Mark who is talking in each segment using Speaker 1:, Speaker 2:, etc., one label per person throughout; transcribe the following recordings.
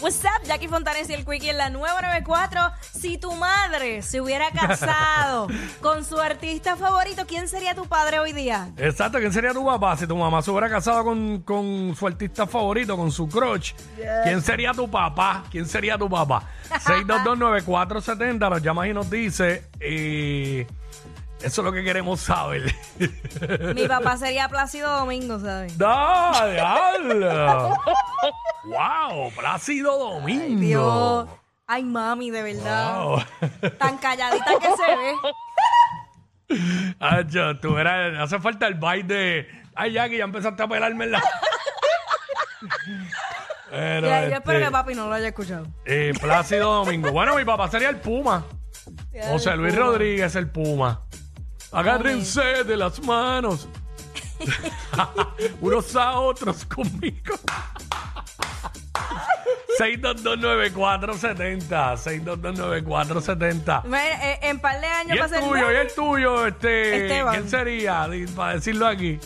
Speaker 1: What's up, Jackie Fontanes y el Quickie en la 994. Si tu madre se hubiera casado con su artista favorito, ¿quién sería tu padre hoy día?
Speaker 2: Exacto, ¿quién sería tu papá? Si tu mamá se hubiera casado con, con su artista favorito, con su crush, ¿quién sería tu papá? ¿Quién sería tu papá? 6229470 nos llamas y nos dice, y eso es lo que queremos saber.
Speaker 1: Mi papá sería Plácido Domingo, ¿sabes?
Speaker 2: ¡No, diablo! ¡Wow! ¡Plácido Domingo!
Speaker 1: Dios. Ay, mami, de verdad.
Speaker 2: Wow.
Speaker 1: Tan calladita que se ve.
Speaker 2: Ah, yo, tú eras- hace falta el baile de. Ay, Jackie, ya empezaste a pelarme en la. Pero,
Speaker 1: Mira, yo espero
Speaker 2: este,
Speaker 1: que papi no lo haya escuchado.
Speaker 2: eh, Plácido Domingo. Bueno, mi papá sería el Puma. José Luis Rodríguez, el Puma. Agárrense de las manos. Unos a otros conmigo. 6229470. 6229470.
Speaker 1: Me- eh, en par de
Speaker 2: Y
Speaker 1: años va a
Speaker 2: el
Speaker 1: ser.
Speaker 2: tuyo, y el tuyo, este.
Speaker 1: Esteban.
Speaker 2: ¿Quién sería? Di- Para decirlo aquí.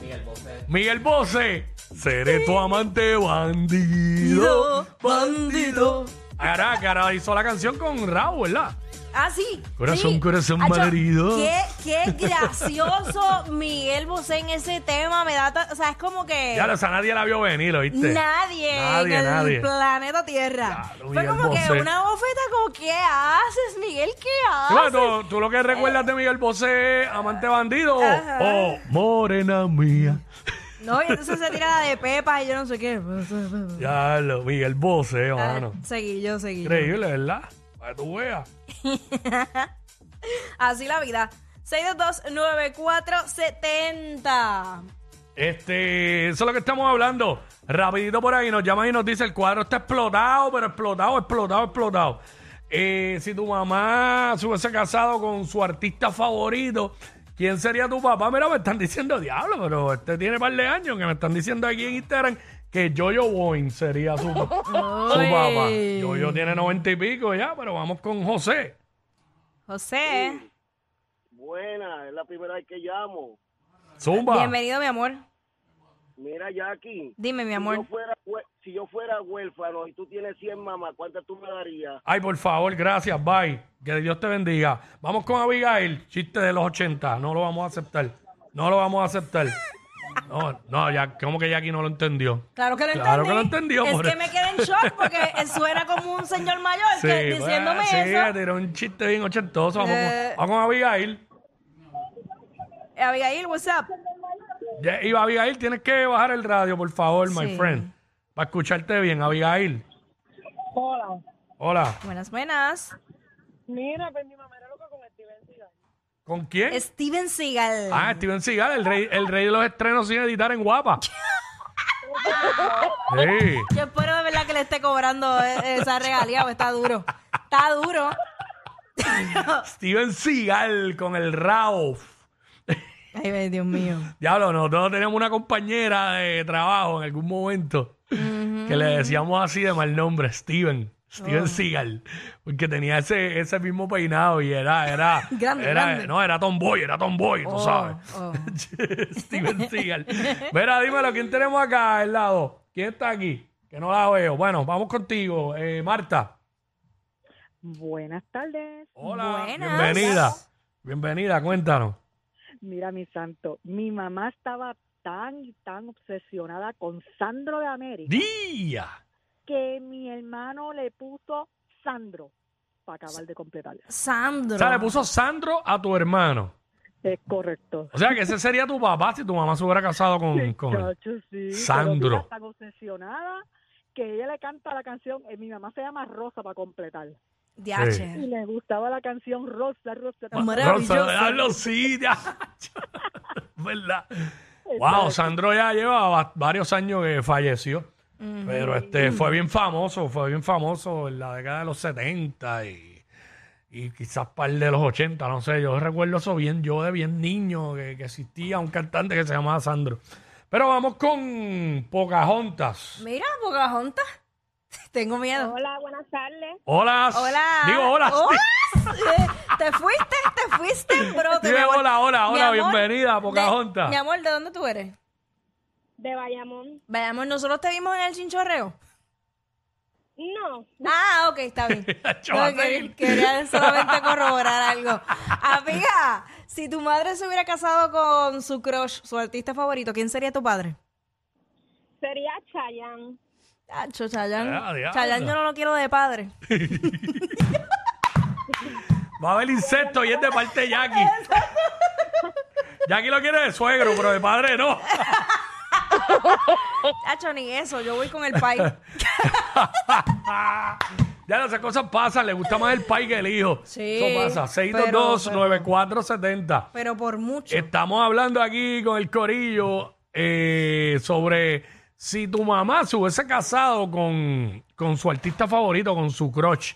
Speaker 2: Miguel Bosé. Miguel Bosé. Seré tu amante bandido.
Speaker 1: Bandido.
Speaker 2: Ahora, que ahora hizo la canción con Raúl, ¿verdad?
Speaker 1: Ah, sí.
Speaker 2: Corazón,
Speaker 1: sí.
Speaker 2: corazón
Speaker 1: Acho,
Speaker 2: malherido.
Speaker 1: Qué, qué gracioso Miguel Bosé en ese tema. Me da. ta- O sea, es como que.
Speaker 2: Ya, lo- esa nadie la vio venir, ¿oíste?
Speaker 1: Nadie,
Speaker 2: Nadie,
Speaker 1: en el
Speaker 2: nadie.
Speaker 1: planeta Tierra.
Speaker 2: Claro,
Speaker 1: Fue
Speaker 2: Miguel
Speaker 1: como que
Speaker 2: Bosé.
Speaker 1: una bofeta como, ¿qué haces, Miguel? ¿Qué
Speaker 2: Sí, bueno,
Speaker 1: haces?
Speaker 2: tú, tú lo que recuerdas de Miguel Bosé, amante bandido, o
Speaker 1: Ajá.
Speaker 2: o morena mía.
Speaker 1: No, y entonces se tira la de Pepa y yo no sé qué.
Speaker 2: Ya, lo, Miguel Bosé, mano.
Speaker 1: Seguí yo, seguí. yo.
Speaker 2: Increíble, ¿verdad? Para que tú veas.
Speaker 1: Así la vida. 6229470.
Speaker 2: Este, eso es lo que estamos hablando. Rapidito por ahí nos llaman y nos dice el cuadro está explotado, pero explotado, explotado, explotado. Eh, si tu mamá se hubiese casado con su artista favorito, ¿quién sería tu papá? Mira, me están diciendo diablo, pero este tiene par de años que me están diciendo aquí en Instagram que Jojo Boyne sería su, su papá.
Speaker 1: Uy.
Speaker 2: Jojo tiene noventa y pico ya, pero vamos con José.
Speaker 1: José,
Speaker 3: Buena, es la primera vez que llamo.
Speaker 2: Zumba.
Speaker 1: bienvenido, mi amor.
Speaker 3: Mira, Jackie,
Speaker 1: Dime, mi
Speaker 3: Si, yo
Speaker 1: amor.
Speaker 3: fuera, hue- si yo fuera huérfano y tú tienes 100 mamás, ¿cuántas tú me darías?
Speaker 2: Ay, por favor, gracias, bye. Que Dios te bendiga. Vamos con Abigail, chiste de los 80. No lo vamos a aceptar. No lo vamos a aceptar. No, no, ya, como que Jackie no lo entendió.
Speaker 1: Claro que lo entendí.
Speaker 2: Claro que lo entendió,
Speaker 1: Es
Speaker 2: por-
Speaker 1: que me quedé en shock porque suena como un señor mayor que,
Speaker 2: Sí,
Speaker 1: diciéndome
Speaker 2: ah, sí,
Speaker 1: eso.
Speaker 2: tiró un chiste bien ochentoso. Vamos,
Speaker 1: Eh.
Speaker 2: con, vamos con Abigail.
Speaker 1: Abigail, what's up?
Speaker 2: Ya- Y Abigail, tienes que bajar el radio, por favor, my
Speaker 1: Sí.
Speaker 2: friend. Para escucharte bien, Abigail.
Speaker 4: Hola.
Speaker 2: Hola.
Speaker 1: Buenas, buenas.
Speaker 4: Mira, pues mi mamá era loca con Steven Seagal.
Speaker 2: ¿Con quién?
Speaker 1: Steven Seagal.
Speaker 2: Ah, Steven Seagal, el rey, el rey de los estrenos sin editar en guapa. sí.
Speaker 1: Yo espero de verdad que le esté cobrando e- esa regalía, porque está duro. Está duro.
Speaker 2: Steven Seagal con el Ralph.
Speaker 1: Ay, ve, Dios mío.
Speaker 2: Diablo, nosotros teníamos una compañera de trabajo en algún momento que le decíamos así de mal nombre, Steven. Steven
Speaker 1: Oh.
Speaker 2: Seagal, porque tenía ese, ese mismo peinado y era, era,
Speaker 1: Grande,
Speaker 2: era-
Speaker 1: grande.
Speaker 2: no, era tomboy, era tomboy, tú
Speaker 1: Oh,
Speaker 2: sabes.
Speaker 1: oh.
Speaker 2: Steven Seagal. Mira, dímelo, ¿quién tenemos acá al lado? ¿Quién está aquí? Que no la veo. Bueno, vamos contigo, eh, Marta.
Speaker 4: Buenas tardes.
Speaker 2: Hola,
Speaker 1: Buenas.
Speaker 2: bienvenida. Bienvenida, cuéntanos.
Speaker 4: Mira, mi santo, mi mamá estaba tan y tan obsesionada con Sandro de América
Speaker 2: ¡Día!
Speaker 4: que mi hermano le puso Sandro para acabar de completarla.
Speaker 1: Sandro.
Speaker 2: O sea, le puso Sandro a tu hermano.
Speaker 4: Es correcto.
Speaker 2: O sea, que ese sería tu papá si tu mamá se hubiera casado con, con él.
Speaker 4: Chacho, sí, pero
Speaker 2: Sandro.
Speaker 4: mira, tan obsesionada que ella le canta la canción, eh, mi mamá se llama Rosa para completar.
Speaker 1: Diache.
Speaker 4: Y le gustaba la canción Rosa, Rosa.
Speaker 1: Ma-
Speaker 2: Rosa,
Speaker 1: Maravilloso.
Speaker 2: déjalo, sí, ya. ¿Verdad? Wow, Sandro ya lleva va- varios años que falleció. Pero este fue bien famoso, fue bien famoso en la década de los 70 y, y quizás par de los 80, no sé. Yo recuerdo eso bien, yo de bien niño, que, que existía un cantante que se llamaba Sandro. Pero vamos con Pocahontas.
Speaker 1: Mira, Pocahontas. Tengo miedo.
Speaker 4: Hola, buenas tardes.
Speaker 2: Hola.
Speaker 1: Hola.
Speaker 2: Digo hola.
Speaker 1: Eh, Te fuiste, te fuiste, bro.
Speaker 2: Dime hola, hola, hola, bienvenida, Pocahontas.
Speaker 1: Mi amor, ¿de dónde tú eres?
Speaker 5: De Bayamón.
Speaker 1: Veamos, nosotros te vimos en el chinchorreo.
Speaker 5: No,
Speaker 1: Ah, ok, está bien.
Speaker 2: Chacho,
Speaker 1: No,
Speaker 2: va a
Speaker 1: que-
Speaker 2: seguir.
Speaker 1: quería solamente corroborar algo. Amiga, si tu madre se hubiera casado con su crush, su artista favorito, ¿quién sería tu padre?
Speaker 5: sería Chayanne.
Speaker 1: Chacho, Chayanne.
Speaker 2: Ah, diablo.
Speaker 1: Chayanne yo no lo quiero de padre.
Speaker 2: Va a haber insecto y es de parte de Jackie. Jackie lo quiere de suegro, pero de padre no.
Speaker 1: Chacho, ni eso, yo voy con el país.
Speaker 2: Ya esas cosas pasan, le gusta más el pai que el hijo.
Speaker 1: Sí,
Speaker 2: Eso pasa.
Speaker 1: pero-
Speaker 2: 622-9470.
Speaker 1: Pero por mucho.
Speaker 2: Estamos hablando aquí con el Corillo eh, sobre si tu mamá se hubiese casado con, con su artista favorito, con su crush,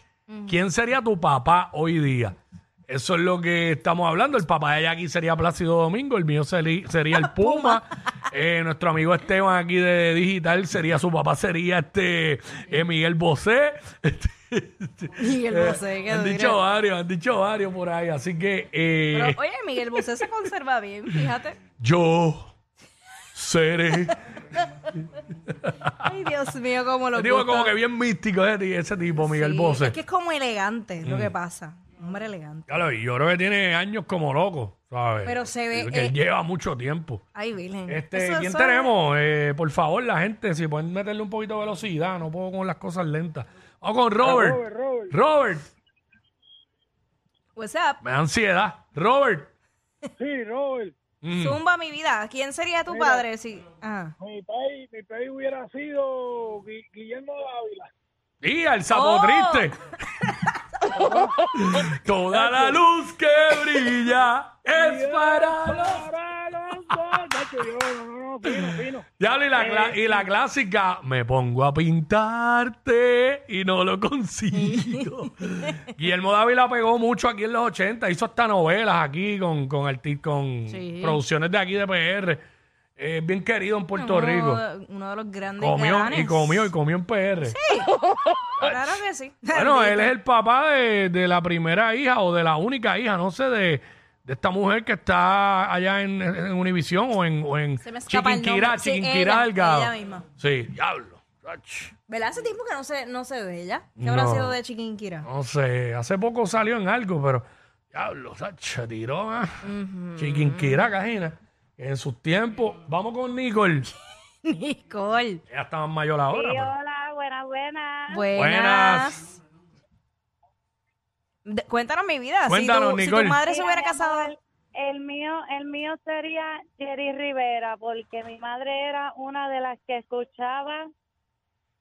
Speaker 2: ¿quién sería tu papá hoy día? Eso es lo que estamos hablando. El papá de Jackie sería Plácido Domingo, el mío seri- sería el Puma. Eh, nuestro amigo Esteban aquí de Digital sería su papá, sería este eh, Miguel Bosé.
Speaker 1: Miguel Bosé, qué
Speaker 2: Eh, han
Speaker 1: duro.
Speaker 2: dicho varios, han dicho varios por ahí. Así que eh,
Speaker 1: Pero, oye, Miguel Bosé se conserva bien, fíjate.
Speaker 2: yo seré.
Speaker 1: Ay, Dios mío, cómo lo
Speaker 2: Digo,
Speaker 1: gusta.
Speaker 2: como que bien místico ese, ti- ese tipo, Miguel
Speaker 1: Sí,
Speaker 2: Bosé. Mm.
Speaker 1: Es que es como elegante lo que pasa. Hombre elegante.
Speaker 2: Ya lo vi, yo creo que tiene años como loco, ¿sabes?
Speaker 1: Pero se ve,
Speaker 2: Que
Speaker 1: eh,
Speaker 2: lleva mucho tiempo.
Speaker 1: Ay, Virgen.
Speaker 2: Este,
Speaker 1: Eso-
Speaker 2: ¿Quién
Speaker 1: eso es-
Speaker 2: tenemos? Eh, por favor, la gente, si pueden meterle un poquito de velocidad, no puedo con las cosas lentas. Vamos con Robert. Robert,
Speaker 1: What's up?
Speaker 2: me da ansiedad. Robert.
Speaker 3: Sí, Robert,
Speaker 2: Mm.
Speaker 1: Zumba mi vida. ¿Quién sería tu padre? Sí. Ah.
Speaker 3: mi país, mi país hubiera sido Gui- Guillermo Dávila.
Speaker 2: Y al sapo
Speaker 1: Oh.
Speaker 2: triste. Toda la luz que brilla es para los-
Speaker 3: Para los
Speaker 1: Ah.
Speaker 3: dos, Nacho, Ah, yo, no, no, no, fino, fino.
Speaker 2: Diablo, y la,
Speaker 1: Eh,
Speaker 2: cla- y la clásica, me pongo a pintarte y no lo consigo. Guillermo Dávila pegó mucho aquí en los 80, hizo hasta novelas aquí con, con, arti- con
Speaker 1: Sí.
Speaker 2: producciones de aquí de PR. Es bien querido en Puerto
Speaker 1: Uno-
Speaker 2: Rico.
Speaker 1: Uno de los grandes
Speaker 2: Comió
Speaker 1: galanes.
Speaker 2: y comió y comió en PR.
Speaker 1: Pues Claro que sí.
Speaker 2: Bueno,
Speaker 1: Bendito.
Speaker 2: él es el papá de, de la primera hija o de la única hija, no sé, de, de esta mujer que está allá en, en Univisión o en, o en
Speaker 1: Se me escapa el
Speaker 2: Chiquinquirá,
Speaker 1: nombre. Sí,
Speaker 2: Chiquinquirá
Speaker 1: ella,
Speaker 2: Delgado.
Speaker 1: ella misma.
Speaker 2: Sí, diablo. Ach,
Speaker 1: ¿Verdad? Hace tiempo que no sé, no sé de ella. ¿Qué habrá
Speaker 2: No.
Speaker 1: sido de Chiquinquira?
Speaker 2: No sé, hace poco salió en algo, pero diablo, se tiró, ¿eh? Chiquinquirá, cajina. En sus tiempos, vamos con Nicole.
Speaker 1: Nicole.
Speaker 2: Ella está más mayor ahora. pero-
Speaker 5: hola, buenas, buenas.
Speaker 1: Buenas.
Speaker 2: Buenas.
Speaker 1: De- cuéntanos mi vida. Si
Speaker 2: Cuéntanos,
Speaker 1: tu- si, tu,
Speaker 2: Nicole.
Speaker 1: madre se hubiera casado.
Speaker 5: El mío, el mío sería Jerry Rivera, porque mi madre era una de las que escuchaba.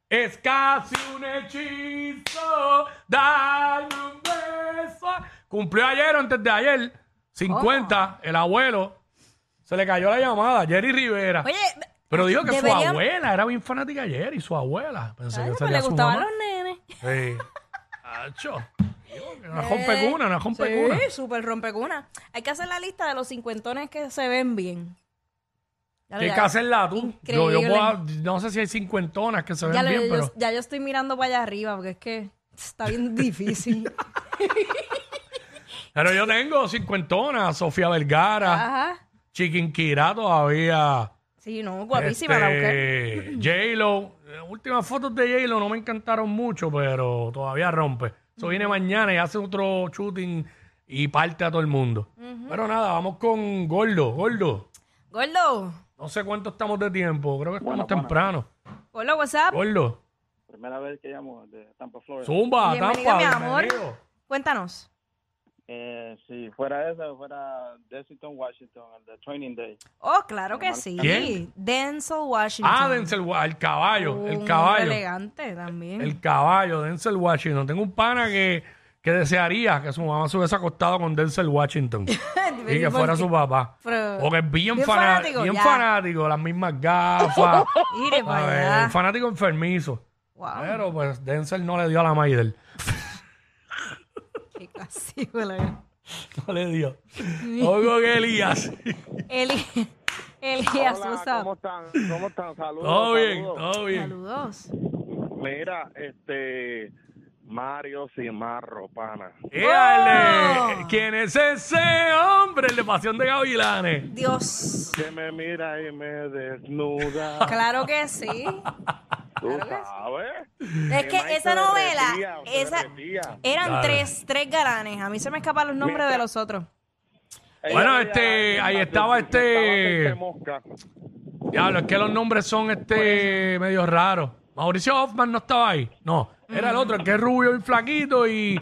Speaker 2: Es casi un hechizo darme un beso. Cumplió ayer o antes de ayer, 50,
Speaker 1: Oh.
Speaker 2: el abuelo. Se le cayó la llamada, Jerry Rivera.
Speaker 1: Oye,
Speaker 2: Pero dijo que su
Speaker 1: deberían-
Speaker 2: abuela era bien fanática de Jerry, su abuela. Pensé
Speaker 1: Ay,
Speaker 2: que
Speaker 1: pues
Speaker 2: sería
Speaker 1: le
Speaker 2: su
Speaker 1: gustaban
Speaker 2: mamá.
Speaker 1: los nenes.
Speaker 2: Sí. Acho. Una rompecuna, una rompecuna.
Speaker 1: Eh, Sí, súper rompecuna. Hay que hacer la lista de los cincuentones que se ven bien. Ya lo-
Speaker 2: Tienes
Speaker 1: ya-
Speaker 2: que hacerla tú. Yo, yo
Speaker 1: Increíble.
Speaker 2: puedo- no sé si hay cincuentonas que se
Speaker 1: Ya,
Speaker 2: ven
Speaker 1: lo-
Speaker 2: bien,
Speaker 1: yo-
Speaker 2: pero.
Speaker 1: ya yo estoy mirando para allá arriba porque es que está bien difícil.
Speaker 2: Pero yo tengo cincuentonas, Sofía Vergara,
Speaker 1: Ajá.
Speaker 2: Chiquinquirá todavía.
Speaker 1: Sí, no, guapísima la mujer.
Speaker 2: Este, J-Lo, las últimas fotos de J-Lo no me encantaron mucho, pero todavía rompe. Eso viene mañana y hace otro shooting y parte a todo el mundo. Pero nada, vamos con Gordo. Gordo,
Speaker 1: Gordo,
Speaker 2: No sé cuánto estamos de tiempo, creo que estamos
Speaker 6: Bueno, bueno.
Speaker 2: temprano.
Speaker 1: Hola, WhatsApp.
Speaker 2: Gordo,
Speaker 6: Primera vez que llamo de Tampa, Florida.
Speaker 2: zumba,
Speaker 1: Bienvenido,
Speaker 2: tampa,
Speaker 1: mi amor.
Speaker 2: bienvenido.
Speaker 1: Cuéntanos.
Speaker 6: Eh, si fuera esa, fuera Dexington, Washington, el de Training Day.
Speaker 1: Oh, claro que sí.
Speaker 2: ¿Quién?
Speaker 1: Denzel Washington.
Speaker 2: Ah, Denzel, Wa- el caballo,
Speaker 1: Un
Speaker 2: el
Speaker 1: hombre
Speaker 2: caballo.
Speaker 1: elegante también.
Speaker 2: El caballo, Denzel Washington. Tengo un pana que, que desearía que su mamá se hubiese acostado con Denzel Washington y que fuera su papá.
Speaker 1: Pero-
Speaker 2: Porque es bien,
Speaker 1: bien
Speaker 2: fana-
Speaker 1: fanático,
Speaker 2: bien
Speaker 1: ya.
Speaker 2: fanático, las mismas gafas.
Speaker 1: Mire para
Speaker 2: ¿sabes?
Speaker 1: allá.
Speaker 2: fanático enfermizo.
Speaker 1: Wow,
Speaker 2: Pero pues Denzel no le dio a la Maider.
Speaker 1: qué casi, güey.
Speaker 2: No le dio. Oigo que Elías.
Speaker 1: Eli, Elías, what's up?
Speaker 3: ¿Cómo están? ¿Cómo están? Saludos.
Speaker 2: todo bien,
Speaker 3: saludos.
Speaker 2: todo bien.
Speaker 1: Saludos.
Speaker 3: Mira, este. Mario Cimarro, pana.
Speaker 1: ¡Oh!
Speaker 2: Éale. ¿Quién es ese hombre? El de Pasión de Gavilanes.
Speaker 1: Dios,
Speaker 3: Que me mira y me desnuda.
Speaker 1: claro que sí.
Speaker 3: Tú sabes.
Speaker 1: Es que
Speaker 3: Mike
Speaker 1: esa
Speaker 3: se
Speaker 1: novela,
Speaker 3: derretía, se
Speaker 1: esa,
Speaker 3: derretía.
Speaker 1: eran
Speaker 2: Claro.
Speaker 1: tres, tres galanes. A mí se me escapan los nombres de los otros.
Speaker 3: Ella
Speaker 2: Bueno,
Speaker 3: veía
Speaker 2: este,
Speaker 3: la-
Speaker 2: ahí
Speaker 3: la-
Speaker 2: estaba
Speaker 3: la-
Speaker 2: este-
Speaker 3: la- mosca.
Speaker 2: Diablo, es que los nombres son
Speaker 1: Pues-
Speaker 2: este medio raros. Mauricio Hoffman no estaba ahí. No, era el otro, el que es rubio y flaquito y,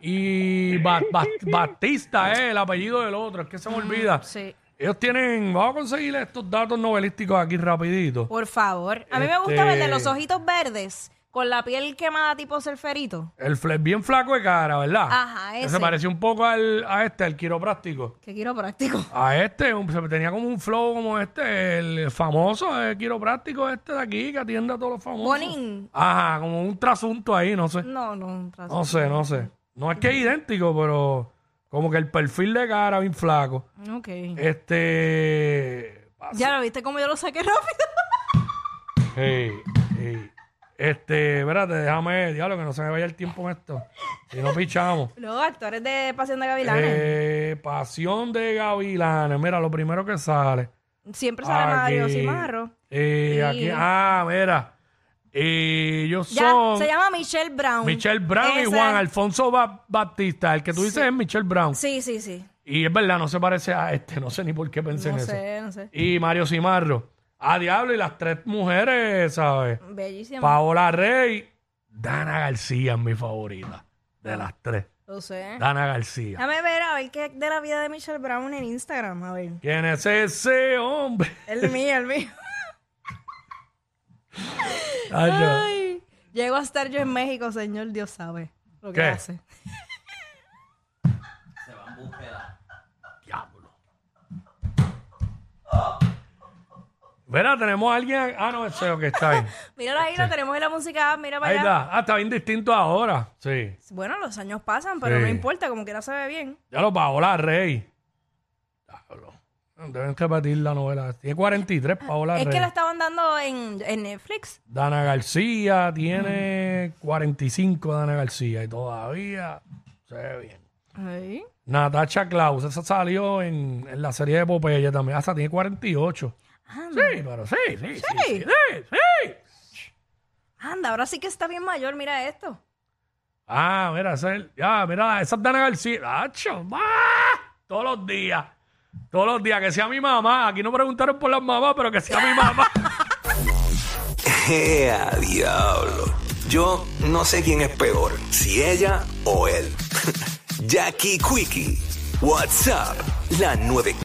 Speaker 2: y Ba- Ba- Batista, eh, el apellido del otro, es que se me olvida.
Speaker 1: Sí,
Speaker 2: Ellos tienen, vamos a conseguir estos datos novelísticos aquí rapidito.
Speaker 1: por favor. A mí me
Speaker 2: Este-
Speaker 1: gustaba el de los ojitos verdes, con la piel quemada tipo cerferito.
Speaker 2: El fle- bien flaco de cara, ¿verdad?
Speaker 1: Ajá,
Speaker 2: Que
Speaker 1: ese.
Speaker 2: Se pareció un poco al, a este, al quiropráctico.
Speaker 1: Que quiero práctico.
Speaker 2: A este, un- se- tenía como un flow como este, el famoso eh, quiropráctico este de aquí que atiende a todos los famosos.
Speaker 1: Bonin. Mm.
Speaker 2: Ajá, como un trasunto ahí, no sé.
Speaker 1: No, no, un trazo.
Speaker 2: No sé, no sé. No es que es idéntico, pero como que el perfil de cara bien flaco.
Speaker 1: Ok.
Speaker 2: Eh, Este...
Speaker 1: Ya lo viste como yo lo saqué rápido.
Speaker 2: Ey, ey. Este, espérate, déjame, diablo, que no se me vaya el tiempo en esto. Si no pichamos.
Speaker 1: Los actores de Pasión de Gavilanes.
Speaker 2: Eh, pasión de Gavilanes. Mira, lo primero que sale.
Speaker 1: Siempre sale
Speaker 2: ah,
Speaker 1: Mario
Speaker 2: Aquí.
Speaker 1: Cimarro.
Speaker 2: Eh,
Speaker 1: Y-
Speaker 2: aquí, ah, mira. Eh, ellos
Speaker 1: Ya,
Speaker 2: son
Speaker 1: se llama Michelle Brown.
Speaker 2: Michelle Brown y
Speaker 1: Ese-
Speaker 2: Juan Alfonso Ba- Baptista. El que tú dices es Michelle Brown.
Speaker 1: Sí, sí, sí.
Speaker 2: Y es verdad, no se parece a este. No sé ni por qué pensé
Speaker 1: No
Speaker 2: en eso.
Speaker 1: sé, no sé.
Speaker 2: Y Mario Cimarro. Ah, diablo, y las tres mujeres, ¿sabes?
Speaker 1: Bellísima.
Speaker 2: Paola Rey, Dana García es mi favorita. De las tres,
Speaker 1: Lo sé.
Speaker 2: Dana García.
Speaker 1: Déjame ver a ver qué es de la vida de Michelle Brown en Instagram. A ver.
Speaker 2: ¿Quién es ese hombre?
Speaker 1: El mío, el mío.
Speaker 2: Ay, yo-
Speaker 1: Ay, llego a estar yo en México, señor Dios sabe lo que
Speaker 2: ¿Qué?
Speaker 1: hace.
Speaker 2: Diablo. Verá, tenemos a alguien. Ah, no, ese que está ahí.
Speaker 1: Mira ahí, lo tenemos en la música. Mira para
Speaker 2: Ahí
Speaker 1: allá.
Speaker 2: está. Ah, está bien distinto ahora. Sí.
Speaker 1: Bueno, los años pasan, pero
Speaker 2: Sí.
Speaker 1: no importa, como quiera se ve bien.
Speaker 2: Ya lo Paola Rey. Diablo. Deben repetir la novela. Tiene 43, Paola
Speaker 1: Ah, es
Speaker 2: Rey.
Speaker 1: que la estaban dando en, en Netflix.
Speaker 2: Dana García tiene 45, Dana García, y todavía se ve bien.
Speaker 1: Ay.
Speaker 2: Natacha Claus, esa salió en, en la serie de Popeye también. Hasta tiene 48.
Speaker 1: Ah,
Speaker 2: Sí, pero sí, sí, sí, sí, sí, sí.
Speaker 1: Anda, ahora sí que está bien mayor, mira esto.
Speaker 2: Ah, mira, ese es el- ya, mira, esa es Dana García. ¡Acho! ¡Ah! Todos los días. Todos los días. Que sea mi mamá. Aquí no preguntaron por las mamás, pero que sea mi mamá.
Speaker 7: ¡Ea, diablo! Yo no sé quién es peor, si ella o él. Jackie Quickie, WhatsApp, la 9.